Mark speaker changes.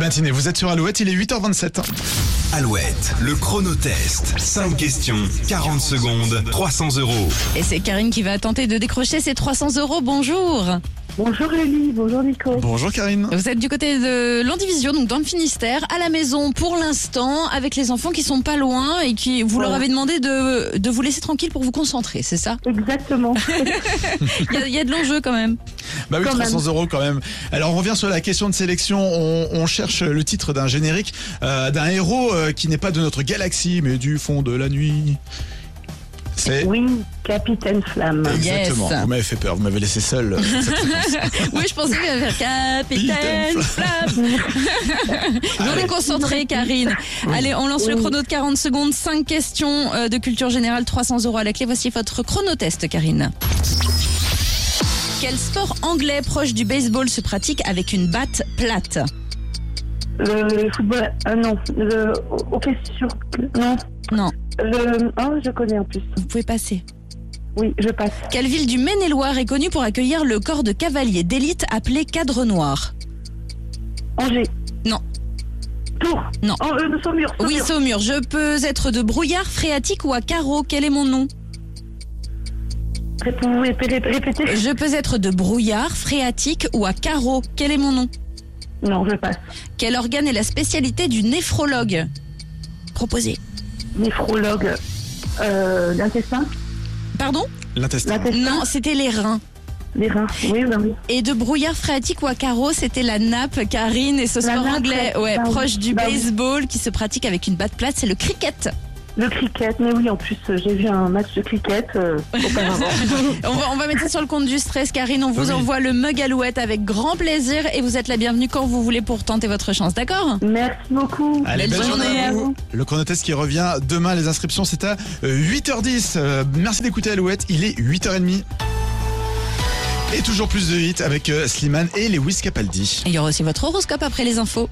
Speaker 1: matinée. Vous êtes sur Alouette, il est 8h27.
Speaker 2: Alouette, le chronotest. 5 questions, 40 secondes, 300 euros.
Speaker 3: Et c'est Karine qui va tenter de décrocher ses 300 euros. Bonjour.
Speaker 4: Bonjour Lélie, bonjour Nico.
Speaker 1: Bonjour Karine.
Speaker 3: Vous êtes du côté de l'Andivision, donc dans le Finistère, à la maison pour l'instant, avec les enfants qui sont pas loin et qui vous leur
Speaker 4: Ouais.
Speaker 3: avez demandé de, de vous laisser tranquille pour vous concentrer, c'est ça
Speaker 4: Exactement.
Speaker 3: Il y a- il y a de l'enjeu quand même.
Speaker 1: Bah oui,
Speaker 4: Quand
Speaker 1: 300 euros quand même. Alors on revient sur la question de sélection. On, on cherche le titre d'un générique, euh, d'un héros euh, qui n'est pas de notre galaxie, mais du fond de la nuit. C'est
Speaker 4: Oui, Capitaine Flamme.
Speaker 3: Yes.
Speaker 1: exactement. Vous m'avez fait peur. Vous m'avez laissé seul. euh, cette réponse.
Speaker 3: Oui, je pensais qu'il allait faire Capitaine
Speaker 1: Capitaine
Speaker 3: Flamme. On est concentré, Karine. Allez, on lance le
Speaker 4: Oui.
Speaker 3: chrono de 40 secondes. 5 questions euh, de culture générale, 300 euros à la clé. Voici votre chronotest, Karine. Quel sport anglais proche du baseball se pratique avec une batte plate
Speaker 4: Le football. Ah non, le hockey sur. Non.
Speaker 3: Non,
Speaker 4: Le. Oh, je connais en plus.
Speaker 3: vous pouvez passer.
Speaker 4: Oui, je passe.
Speaker 3: Quelle ville du Maine-et-Loire est connue pour accueillir le corps de cavaliers d'élite appelé cadre noir
Speaker 4: Angers.
Speaker 3: Non.
Speaker 4: Tour.
Speaker 3: Non.
Speaker 4: Oh, euh, Saumur.
Speaker 3: Oui,
Speaker 4: Saumur.
Speaker 3: Saumur, je peux être de brouillard, phréatique ou à carreau. Quel est mon nom
Speaker 4: Répondez, répétez, répétez.
Speaker 3: Je peux être de brouillard, phréatique ou à carreau. Quel est mon nom
Speaker 4: Non, je passe.
Speaker 3: Quel organe est la spécialité du néphrologue Proposé.
Speaker 4: Néphrologue. Euh, l'intestin.
Speaker 3: Pardon
Speaker 1: L'intestin.
Speaker 4: L'intestin.
Speaker 3: Non, c'était les reins. Mm.
Speaker 4: Les reins. Oui, oui, oui.
Speaker 3: Et de brouillard phréatique ou à carreau, c'était la nappe, Karine, et ce
Speaker 4: La
Speaker 3: sport
Speaker 4: nappe,
Speaker 3: anglais,
Speaker 4: ouais.
Speaker 3: ouais,
Speaker 4: Bah oui.
Speaker 3: proche du
Speaker 4: Bah oui.
Speaker 3: baseball qui se pratique avec une batte plate, c'est le cricket.
Speaker 4: Le cricket. Mais oui, en plus, euh, j'ai vu un match de cricket euh, auparavant.
Speaker 3: On va, on va mettre ça sur le compte du stress, Karine. On vous
Speaker 1: Oui.
Speaker 3: envoie le mug alouette avec grand plaisir et vous êtes la bienvenue quand vous voulez pour tenter votre chance, d'accord
Speaker 4: Merci beaucoup.
Speaker 1: Allez,
Speaker 3: Belle
Speaker 1: belle journée,
Speaker 3: journée
Speaker 1: à
Speaker 3: à
Speaker 1: vous. Le chronotest qui revient demain, les inscriptions, c'est à euh, 8h10. Euh, merci d'écouter Alouette, il est 8h30. Et toujours plus de hits avec euh, Slimane et Lewis Capaldi.
Speaker 3: Il y aura aussi votre horoscope après les infos.